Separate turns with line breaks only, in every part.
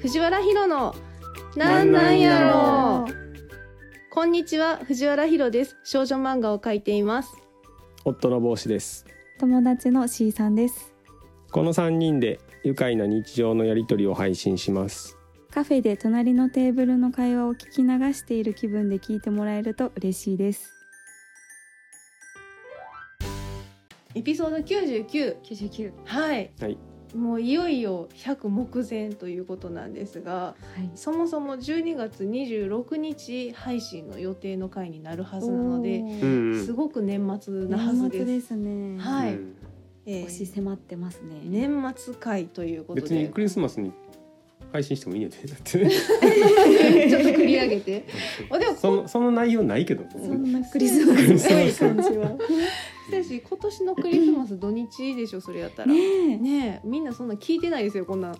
藤原ヒロのなんなんやろこんにちは藤原ヒロです少女漫画を描いています
夫の帽子です
友達の C さんです
この三人で愉快な日常のやりとりを配信します
カフェで隣のテーブルの会話を聞き流している気分で聞いてもらえると嬉しいです
エピソード99
99
はい、
はい
もういよいよ100目前ということなんですが
はい
そもそも12月26日配信の予定の回になるはずなのです
ご
ごく年末なはず
年
で
末
す
ですね
はいえー
押し迫ってますね
年末回ということで
別にクリスマスに配信してもいいんやでだ ってね
ちょっと繰り上げ てあでも
そのその内容ないけど
そ
ね
んなクリスマスっぽい感 じは
先生今年のクリスマス土日でしょそれやったらね
ね
えみんなそんな聞いてないですよこん なん
え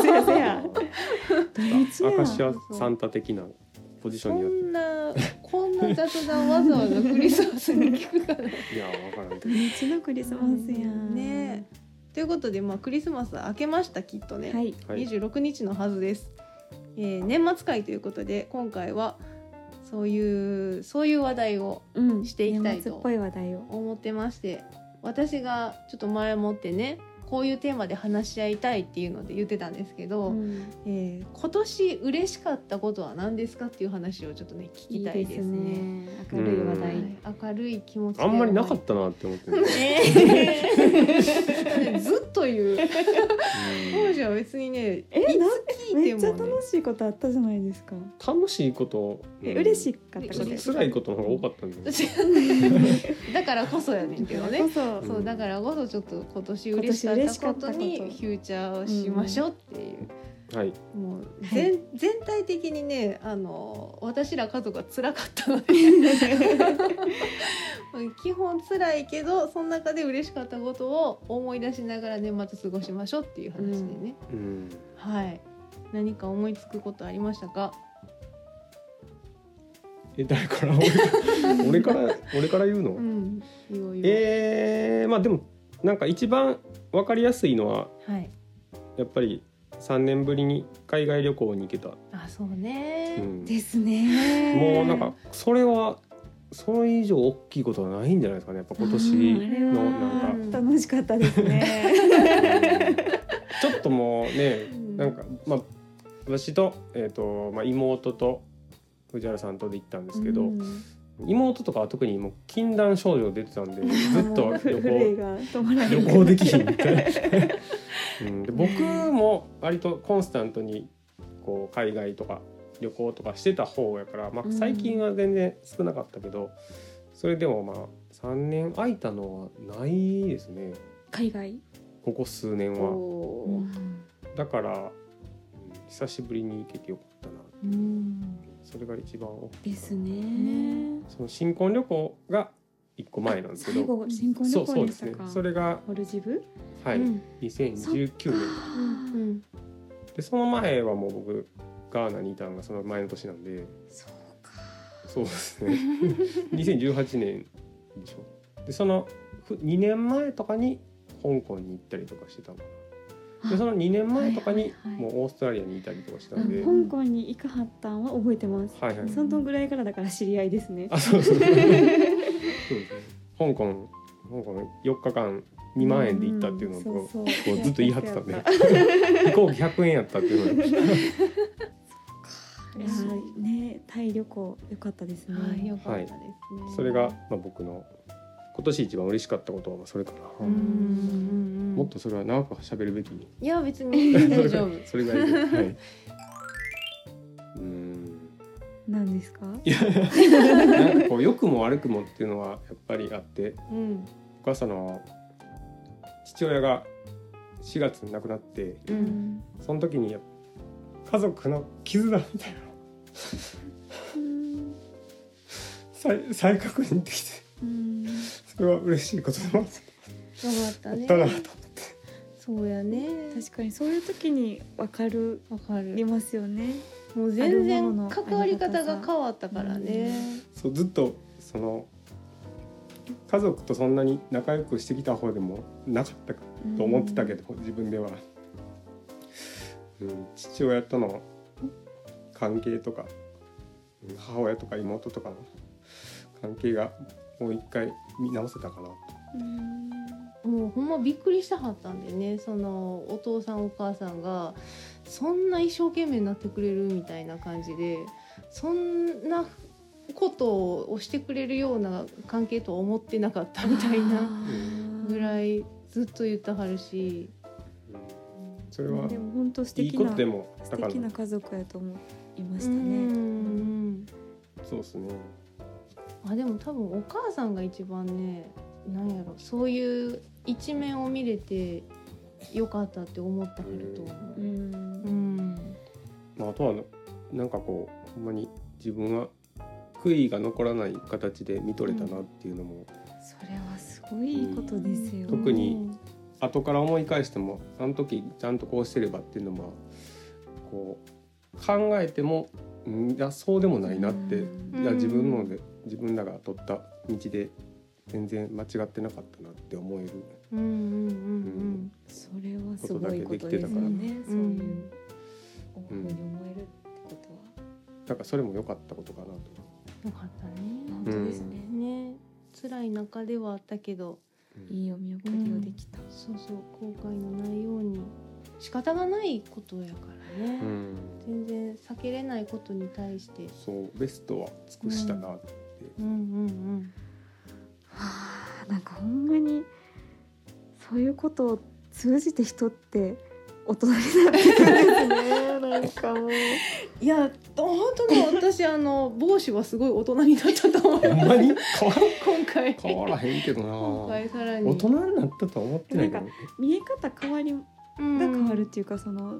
せやせや土日
アカシ
や
アサンタ的なポジショ
こ
ンによっ
んなこんな雑談わざわざクリスマスに聞くかな
ていやわからんけ
土
ど
日のクリスマスや
ねということで、まあ、クリスマス明けましたきっとね、
はい
はい
26日のはずです、えー年末会ということで今回はそういうそういう話題を
うん
していきたいと
年末っぽい話題を
思ってまして私がちょっと前もってねこういうテーマで話し合いたいっていうので言ってたんですけど、
うん
えー今年嬉しかったことは何ですかっていう話をちょっとね聞きたいですね。
ね明るい話
は
題
い、明るい気持ちで
あんまりなかったなって思ってる、
ね ずっと言う当時は別にねえいつ聞い
め
て
っちゃ
も、ね、
楽しいことあったじゃないですか。
うん楽しいこと、
え
うん
嬉しかったことです。
辛いことの方が多かったんだよ
だからこそやねんけどね
こそ
ん
そうだからこそちょっと今年嬉しかったことにフ
今年嬉しかったこと
ューチャーをしましょうっていう、
はい
もう
い
全全体的にねあの私ら家族は辛かったので 基本辛いけどその中で嬉しかったことを思い出しながら年末過ごしましょうっていう話でね、
うん
はい何か思いつくことありましたか
え誰から俺から俺 から俺から言うの、
うんいいよいいよ
えー、まあでもなんか一番わかりやすいのは
はい
やっぱり3年ぶりに海外旅行に行けた、
あそうね、
うん
ですね。
もうなんかそれはそれ以上大きいことはないんじゃないですかねやっぱ今年、
うん
うん
あれは
のなん
か
楽しかったですね。
ちょっともうね
うん
なんかまあ私と,、えーとまあ、妹と藤原さんとで行ったんですけど、
うん
妹とかは特にもう禁断症状出てた んでずっと旅
フレ
行
イが止まらない。
旅行できひんみたいな、 うん、で僕も割とコンスタントにこう海外とか旅行とかしてた方やから、まあ、最近は全然少なかったけど、それでもまあ3年空いたのはないですね
海外。
ここ数年は
おー
だから、うん久しぶりに行けてよかったな
うん
それが一番大きい
ですね。
その新婚旅行が1個前なんですけ
最
ど
後新婚
そ
旅
うそう
行
で
ですした
ね
か。
それが、
モルジブ？
はい
うん
2019年
う
あ
ん
でその前はもう僕ガーナにいたのがその前の年なんで
ーそうか。
そうです ね2018年でしょでその2年前とかに香港に行ったりとかしてたのかなでその2年前とかに
はいはいはい
もうオーストラリアにいたりとかした
あ
んで、
う
香港に行かはったんは覚えてます。
はいはい
そのぐらいからだから知り合いですね。
あそうそうそうですね香港香港4日間2万円で行ったっていうのを
うんうんそうそう
こうずっと言い張ってたんで 飛行機100円やったっていうのに
いやーねタイ旅行良かったですね。
はい、よかったですね。
それが、まあ、僕の今年一番嬉しかったことはまあそれかな。
うんうんうん、
もっとそれは長く喋るべき。
いや別に大丈夫。
それぐらいで。はい。うーん。
なんですか？
いや、なんかこう良くも悪くもっていうのはやっぱりあって、
うん
僕はその父親が4月に亡くなって、
う。
うんん
その時にやっぱ家族の絆みたいなのを再再確認できて、
うん、
それは嬉しいことだなと
よかった
思
ね。
ったなと思って。
そうやね。
確かにそういう時に分かる
わか
り
る。
ますよね。
もう全
あるも
然
のの
関わり方が変わったからね。
そうずっとその家族とそんなに仲良くしてきた方でもなかったと思ってたけど、自分ではうん、父親との関係とかうん母親とか妹とかの関係がもう一回見直せたかな
もうほんまびっくりしたはったんでねそのお父さんお母さんがそんな一生懸命になってくれるみたいな感じでそんなことをしてくれるような関係とは思ってなかったみたいなぐ
い
らいずっと言ったはるし
うんそれは
でも本当素
いい
敵
こ
な
とでもあっ
素
たから
敵な家族やと思いまし
う
たね。
ん
そうですね
あでも多分お母さんが一番ねなんやろそういう一面を見れてよかったって思ったはると思う。
うん
うん
まあ、あとはななんかこうほんまに自分は悔いが残らない形で見とれたなっていうのも、
それはすごいいいことですよ。
特に後から思い返してもあの時ちゃんとこうしてればっていうのもこう考えてもんいやそうでもないなって、
うん
いや
うん
自分ので自分らが取った道で全然間違ってなかったなって思える
うんうんうん
それはすごいことです
ことだけできてた
よね。
から
そういうふう
うん
に思えるってことは
だからそれも良かったことかなと。
うん。よかった
本
ね。
当ですね。
ね辛い中ではあったけど、
いいお見送りをできた。
そうそう後悔のないように仕方がないことやからね。
うん
全然避けれないことに対して。
そうベストは尽くしたなって、
うんうん
はあなんかほんまにそういうことを通じて人って大人になってくるんですねなんかもう
うん。いや本当ね私あの帽子はすごい大人になったと思う。
ほんまに変
今
わ
回
変わらへんけどな
今回さらに
大人になったとは思ってないけど
なん見え方変わりが
うん
変わるっていうか、その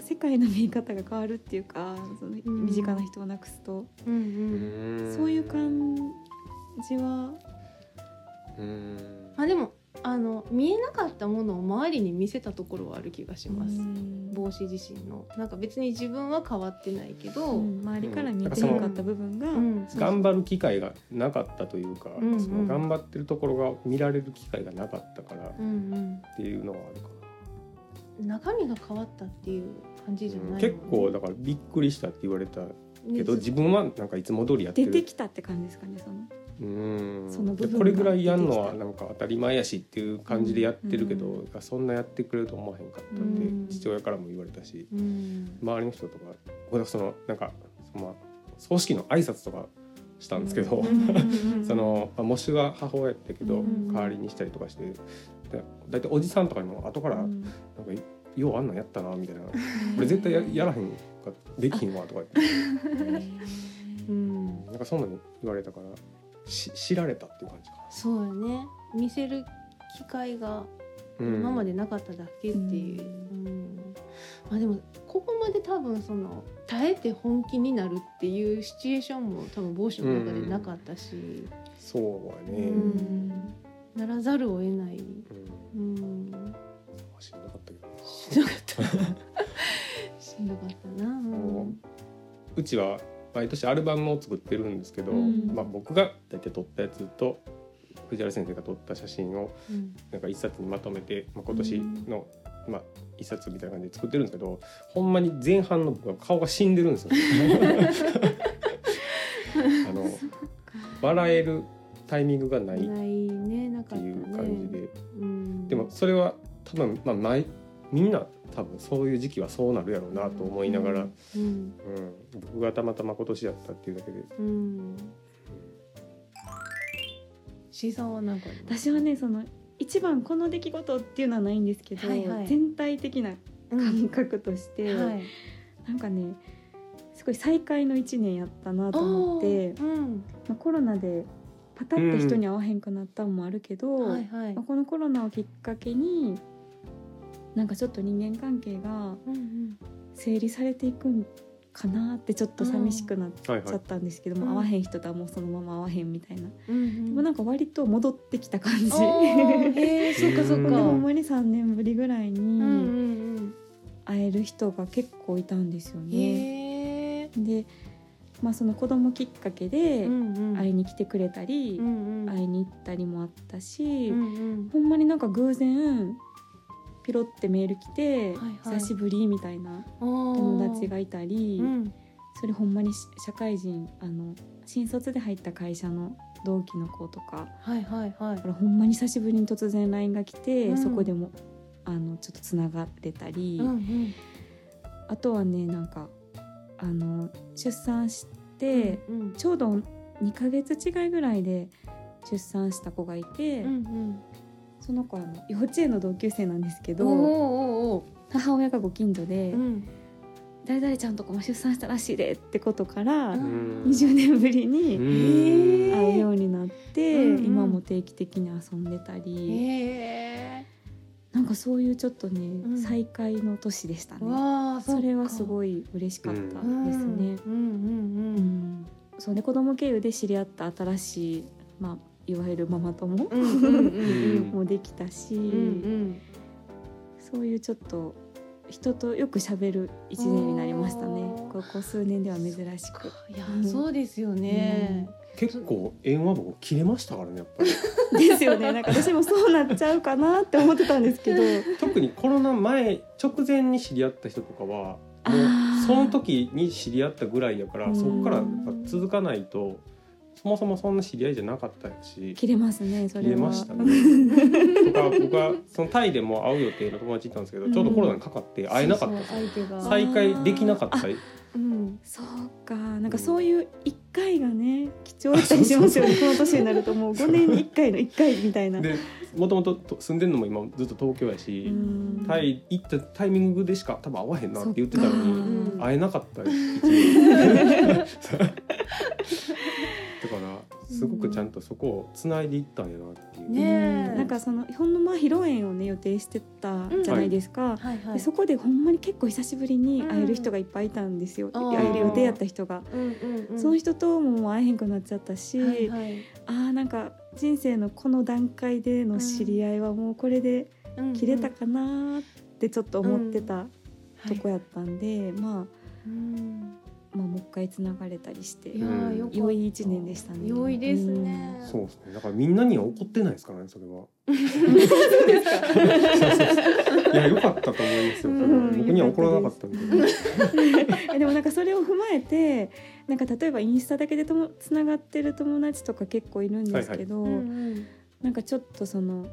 世界の見え方が変わるっていうかその
ん
身近な人をなくすと、
うんう
う
ん。
ん
そういう感じは
うん
まあでもあの見えなかったものを周りに見せたところはある気がします。
う
帽子自身のなんか別に自分は変わってないけど、
ん周りから見えてなかった部分が、
うん
頑張る機会がなかったというか、
んうん
その頑張ってるところが見られる機会がなかったからっ
うん
ていうのはあるか
うん、中身が変わったっていう感じじゃ
な、
ない、
結構だからびっくりしたって言われた
ね
けど、自分はなんかいつも通りやって
出
る
てきたって感じですかねその
うん
その部分
で
が
これぐらいやるの
出
は
てき
なんか当たり前やしっていう感じでやってるけど、
うん
そんなやってくれると思わへんかったって、
うん
父親からも言われたし
うん
周りの人とかほらそのなんかそのまあ葬式の挨拶とかしたんですけど、
うんうんうん
その、まあ、喪主が母親やったけど、
うん
代わりにしたりとかしてで大体おじさんとかにも後からなんか、ようあんなんやったなみたいな「俺絶対ややらへんかできひんわ」とか言って
うん
なんかそんなに言われたからし知られたっていう感じかな。
そうよね見せる機会が
うん
今までなかっただけっていう、うんまあ、でもここまで多分その耐えて本気になるっていうシチュエーションも多分帽子の中でなかったし、
そうやね、
う
うんん、
ならざるを得ない。うん
知らなかったけど
しんどかった。しんどかったな。うん
うちは毎年アルバムを作ってるんですけど、
うん
まあ、僕が大体撮ったやつと藤原先生が撮った写真を
うん
なんか一冊にまとめて、まあ、今年の、まあ、一冊みたいな感じで作ってるんですけどほんまに前半の僕は顔が死んでる んですよ。あの笑えるタイミングがないっ
ないね、な
て
かった
い
ね。
う感じで、
うん
でもそれは多分、まあ、毎みんな多分そういう時期はそうなるやろうなと思いながら、
うん、
うん、僕がたまたま今年だったっていうだけで
うん。C さんはなんかあります。
私はねその一番この出来事っていうのはないんですけど、
はいはい
全体的な感覚として、
うんはい。
なんかねすごい再会の1年やったなと思って
おー、うん。
まあ、コロナでパタって人に会わへんくなったのもあるけど、
はいはい
まあ。このコロナをきっかけになんかちょっと人間関係が
うんうん。
整理されていくんかなってちょっと寂しくなっ
はい
ちゃ
は
っ
い。
たんですけども、
うん
会わへん人とはもうそのまま会わへんみたいな、
うんうん
でもなんか割と戻ってきた感
お
じ。
ーへえ、そっかそっ
うん
でもほん
か。
まに3年ぶりぐらい
うんう
に
ん
会える人が結構いたんですよ
うん。
ね。
へえ。
で、まあ、その子供きっかけで
うんうん。
会いに来てくれたり、
うんうん。
会いに行ったりもあったし、
うんうん。
ほんまになんか偶然ピロってメール来て「
はいはい
久しぶり」みたいな
友
友達がいたり、
うん
それほんまにし社会人あの新卒で入った会社の同期の子とか
はいはいはい
からほんまに久しぶりに突然 LINE が来て、
うん
そこでもあのちょっとつながれたり、
うんうん
あとはねなんかあの出産して、
うんうん
ちょうど2ヶ月違いぐらいで出産した子がいて、
うん
その子はあの幼稚園の同級生なんですけ
うんおー
ど
おーお
母親がご近所
ー
で
うん
「誰々ちゃんとこも出産したらしいで」ってことから、
うん
20年ぶりに。
うん
えー
会うようになって、
うんうん
今も定期的に遊んでたり、
へえ
なんかそういうちょっとね、
ん
再会の年でしたね
わあ
それはす
い
ごい嬉しかったですね、
う
う
ん
ん
うんうんうん
そうね子供経由で知り合った新しい、まあ、いわゆるママ友
うんうんうん
もできたし、
うんうん
そういうちょっと人とよく喋る一年になりましたね
おー
ここ数年では珍しく
いや
うん
そうですよね
結構縁は僕切れましたからねやっぱり
ですよねなんか私もそうなっちゃうかなって思ってたんです けど
特にコロナ前直前に知り合った人とかは
あ
もう
ー
その時に知り合ったぐらいやか
う
ら
ん
そこからやっぱ続かないとそもそもそんな知り合いじゃなかったし
切れますねそれ
切
は
れましたね。とか僕はそのタイでも会う予定の友達いたんですけどちょうどコロナにかかって会えなかったんです
そうそ
よ
う相手が
最
再会できなかったり
うん
そうか、なんかそういう一回がね、貴重だったりしますよね。この年になるともう五年に一回の一回みたいな。
でもともと住んでるのも今ずっと東京やし、
うん
タイ行ったタイミングでしか多分会わへんなって言ってたの
そっ
に
か
うん
会えなかった一年だからすごくちゃんとそこをつないでいったんやなっていう。
うん
ねえ
なんかそのほんのまあ披露宴をね予定してたじゃないですか。
はいは
で
い
そこでほんまに結構久しぶりに会える人がいっぱいいたんですよ、
あー
会える予定やった人が、
うんうんうん
その人とももう会えへんくなっちゃったし、
はいはい
あーなんか人生のこの段階での知り合いはもうこれで
うんうん
切れたかなーってちょっと思ってたと
は
こ
い
やったんで、まあ
うん
まあ、もう一回つながれたりして
いやーよかった
良い一年でしたね。
良いですね
そうですね。だからみんなには怒ってないですからね、それは。そう そうそういや、良かったと思いますよ。
うん
それは僕には怒らなかったんで。
うん。でもなんかそれを踏まえてなんか例えばインスタだけでともつながってる友達とか結構いるんですけど、
うんうん
なんかちょっとその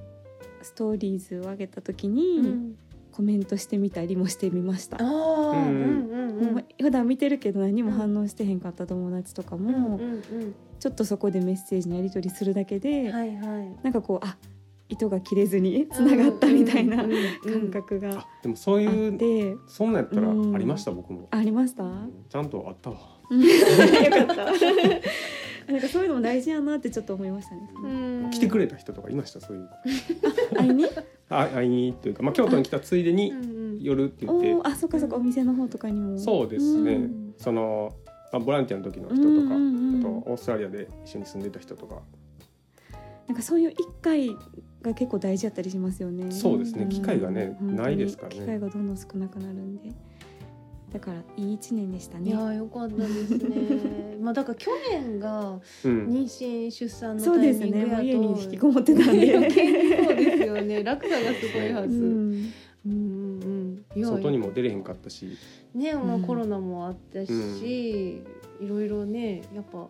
ストーリーズを上げた時に、
うん
コメントしてみたりもしてみました。
ああうんうんう
ほん
ん
ま普段見てるけど何も反応してへんかった友達とかも、
うんうん
ちょっとそこでメッセージのやり取りするだけ
う
で、
んはいはい
なんかこうあ糸が切れずにつながったみたいな
うんうんうん
感覚が
あ、でもそう
あっ
いう、
て
そんなんやったらありました、僕も。
ありま した、
ちゃんとあったわ。
よかったなんかそういうのも大事やなってちょっと思いましたね
うん
来てくれた人とかいました、そういう。
あいに
あ、会いにというか、まあ、京都に来たついでに
う、ん
寄るって言
お
って
ー。あそっかそっかお店の方とかにも
そうですね
ん。
その、まあ、ボランティアの時の人
うん
と
う
か。
んう
あ
ん
とオーストラリアで一緒に住んでた人とか、
なんかそういう一回が結構大事やったりしますよね
そうですね機会がね
うん
ないですからね
本当に機会がどんどん少なくなるんでだからいい一年でした
い
ね
やーよかったですね。まあだから去年が
うん、
妊娠出産の
そう
タイ
です
ミング
ね
やと、
もう家に引きこもってたん で
余計にそうですよね。落差がすごいは
う
ず。うん
ん
うんうん。いや
外にも出れへんかったし、
ねも
うん
うコロナもあったし、いろいろねやっぱ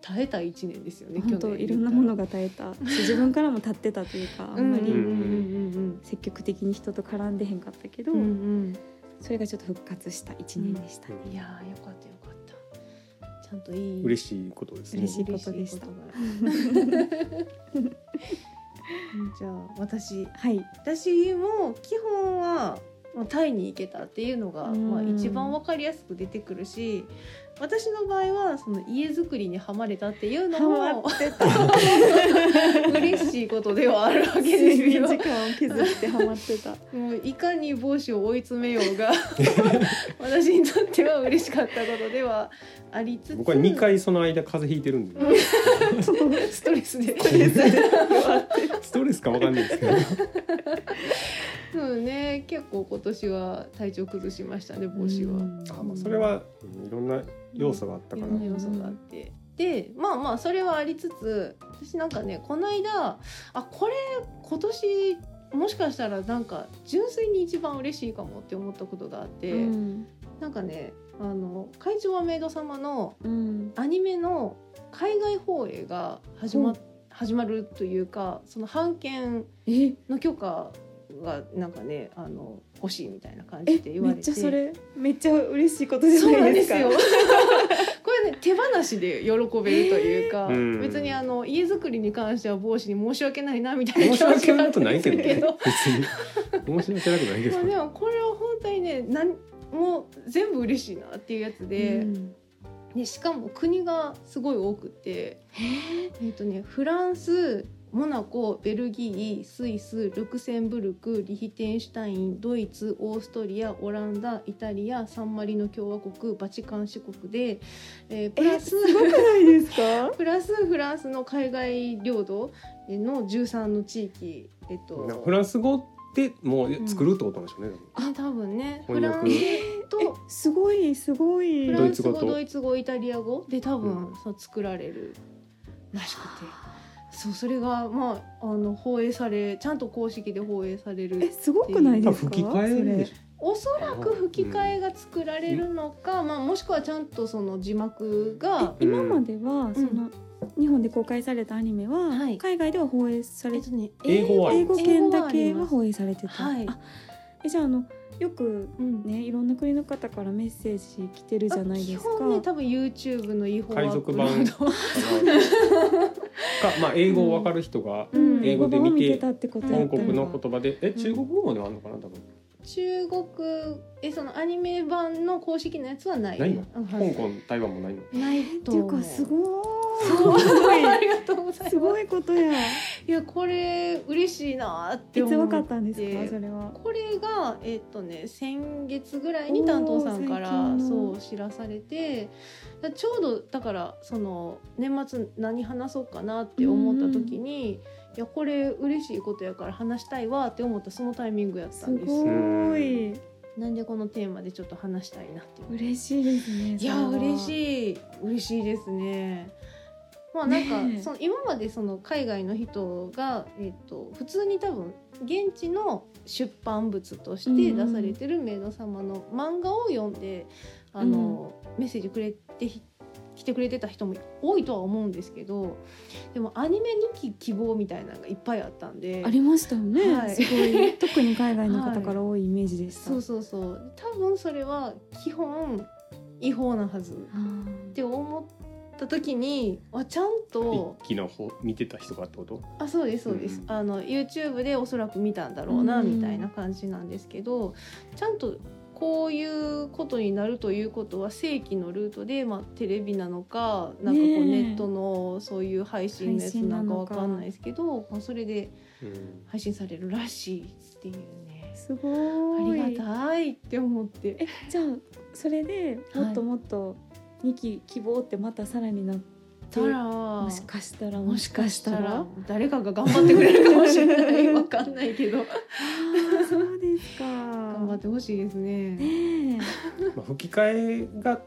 耐えた一年ですよね。
本当いろんなものが耐え たし自分からも立ってたというかあ
あ
んま
うん
り
うん
積極的に人と絡んでへんかったけど、
うんうんうん
それがちょっと復活した一年でしたね、
うん。いやーよかったよかった。ちゃんといい
嬉しいことですね。
嬉しいことでした
嬉いことが じゃあ私
はい
私も基本はもうタイに行けたっていうのが、
うん
まあ、一番わかりやすく出てくるし私の場合はその家づくりにはまれたっていうの
ハ
も嬉しいことではあるわけ です
睡
よ
眠時。間を削ってハマってた
もういかに帽子を追い詰めよう が私にとっては嬉しかったことではありつつ
僕は2回その間風邪ひいてるんで、
ストレスで。
ストレスかわかんないですけど
そうね、結構今年は体調崩しましたね、帽子は。
あまあそれはいろんな要素があった
い
か
ろ
ら、
んな要素があって。でまあまあそれはありつつ私なんかねこの間あこれ今年もしかしたらなんか純粋に一番嬉しいかもって思ったことがあって、
うん
なんかねあの会長はメイド様の
うん
アニメの海外放映が始ま,、始まるというかその版権
え
の許可がなんかねあの欲しいみたいな感じで
え
言わ
め
れ
ってちゃそれめっちゃ嬉しいことじ
そう
ゃ
な
なんい
で
です
す
か
よ。こ れね手放しで喜べるというか、
えーうん
別にあの家づくりに関しては帽子に申し訳ないなみたいな
申
気
し
持ち
訳
があ
な
った
く
ん
な
で
い
す
けど
け
ね
ど。
別に申し訳なくないけ
ま
ど
あでもこれは本当にねなんもう全部嬉しいなっていうやつで、
うん
でしかも国がすごい多くてえっ、とねフランスモナコベルギースイスルクセンブルクリヒテンシュタインドイツオーストリアオランダイタリアサンマリノ共和国バチカン四国で、えープラス
すごくないですか
プラスフランスの海外領土の13の地域、えっと、
フランス語ってもう作るってことなんでしょうね、多分
あ多分ねフ
翻
ラン
訳
ス
え
と
すごいすごい
フ
ど
ラ
うい
ンス語
ドイツ語と
ドイツ語イタリア語で多分、そう作られるらしくてそうそれがまああの放映されちゃんと公式で放映され
え
る
すごくない
多
です
分
か
吹き替えるでしょ
おそらく吹き替えが作られるのか、まあ、もしくはちゃんとその字幕が
それえ、今までは、
ん
その日本で公開されたアニメは、
はい
海外では放映さ
え
れ
っとね
英語はあり
英
ま
語
す
圏だけは放映されてた、
はい
あえじゃああのよく
うん
ねいろんな国の方からメッセージ来てるじゃないですか
あ基本ね多分 YouTube の違法ア
海
ップ
賊
ロ
版
ード
か、まあ、英語を分かる人が
うん、
英語で見て
英を見てたってことだっ
本
たんだ
国の言葉で、え中国語もではあるのかな多分
中国えそのアニメ版の公式のやつはない
ないの
うんはい
香港台湾もないの
ない
えって
と
い
思
う
う
かすご
そう
いすごい
ありがとうございます
すごいこ とや
いやこれ嬉しいなーっ
い
て
つ
思
分かったんです
で
かそれは
これがえっとね先月ぐらいに担当さんから
おー最近
そ
の
う知らされてだちょうどだからその年末何話そうかなって思った時に、いやこれ嬉しいことやから話したいわって思ったそのタイミングやった
す
んです
ごい
なんでこのテーマでちょっと話したいなっていう
嬉しいですね
いや嬉
い
しい嬉しいですね。まあなんか、
ねえ
その今までその海外の人がえっと普通に多分現地の出版物として出されてるメイド様の漫画を読んで、あのメッセージくれてひ来てくれてた人も多いとは思うんですけど、でもアニメ2期希望みたいなのがいっぱいあったんで、
ありましたよね、
はい
すごい特に海外の方から多いイメージでした、
そうそうそう多分それは基本違法なはず。
あー
って思った時にあちゃんと
一期の方見てた人がってこと
あそうですそうです、
うん
あの YouTube でおそらく見たんだろうな、
うん
みたいな感じなんですけどちゃんとこういうことになるということは正規のルートで、まあ、テレビなのかなんかこう
ねえ
ネットのそういう配信のやつなんかわかんないですけど、まあ、それで
うん
配信されるらしいっていうね
すごい
ありがたいって思って。
えじゃあそれで
はい
もっともっと2期希望ってまたさらになって、
たら
もしかしたら
も
も
し
し
か
か
し
したたら
ら誰かが頑張ってくれるかもしれない わかんないけど
あーそうですか頑
頑張ってほしいですね。
ねえ
まあ、吹き替えが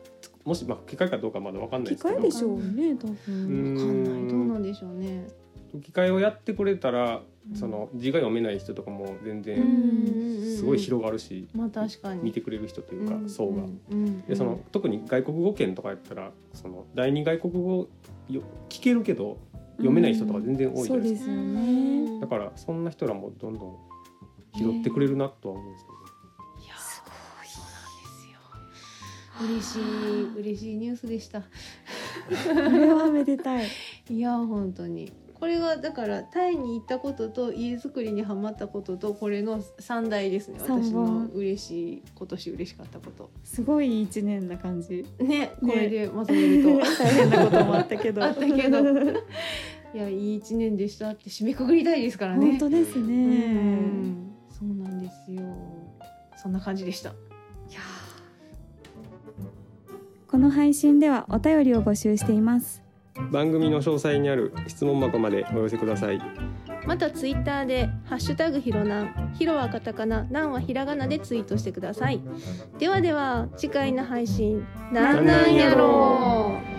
もし、まあ、吹き替えかどうかまだ分かんない
機
ですけ
械
ど
でしょうね多
う
分
わかんないどうなんでしょうね。
吹き替えをやってくれたらその字が読めない人とかも全
うん
然
うんうん
すごい広がるし、
まあ確かに
見てくれる人というか、
うん
層が。
うんうん
でその特に外国語圏とかやったらその第二外国語よ聞けるけど読めない人とか全然多いじゃないですか、
ですよね
だからそんな人らもどんどん拾ってくれるなとは思うんですけど、
いや
すご
そうなんですよ。嬉しい嬉しいニュースでした。
い これはめでたい
いや本当に。これがだからタイに行ったことと家づくりにハマったこととこれの三大ですね
三
私
本
の嬉しい今年嬉しかったこと
すごい一年な感じ
ねこれでまとめると、
大変なことも あったけど
あったけどい
本
やいい一年でしたって締めくくりたいですからね。
当です
う
ね
んそうなんですよ。そんな感じでした。
いやーこの配信ではお便りを募集しています
番組の詳細にある質問箱までお寄せください
またツイッターでハッシュタグひろなん、ひろはカタカナ、なんはひらがなでツイートしてください。ではでは次回の配信、なんなんやろう。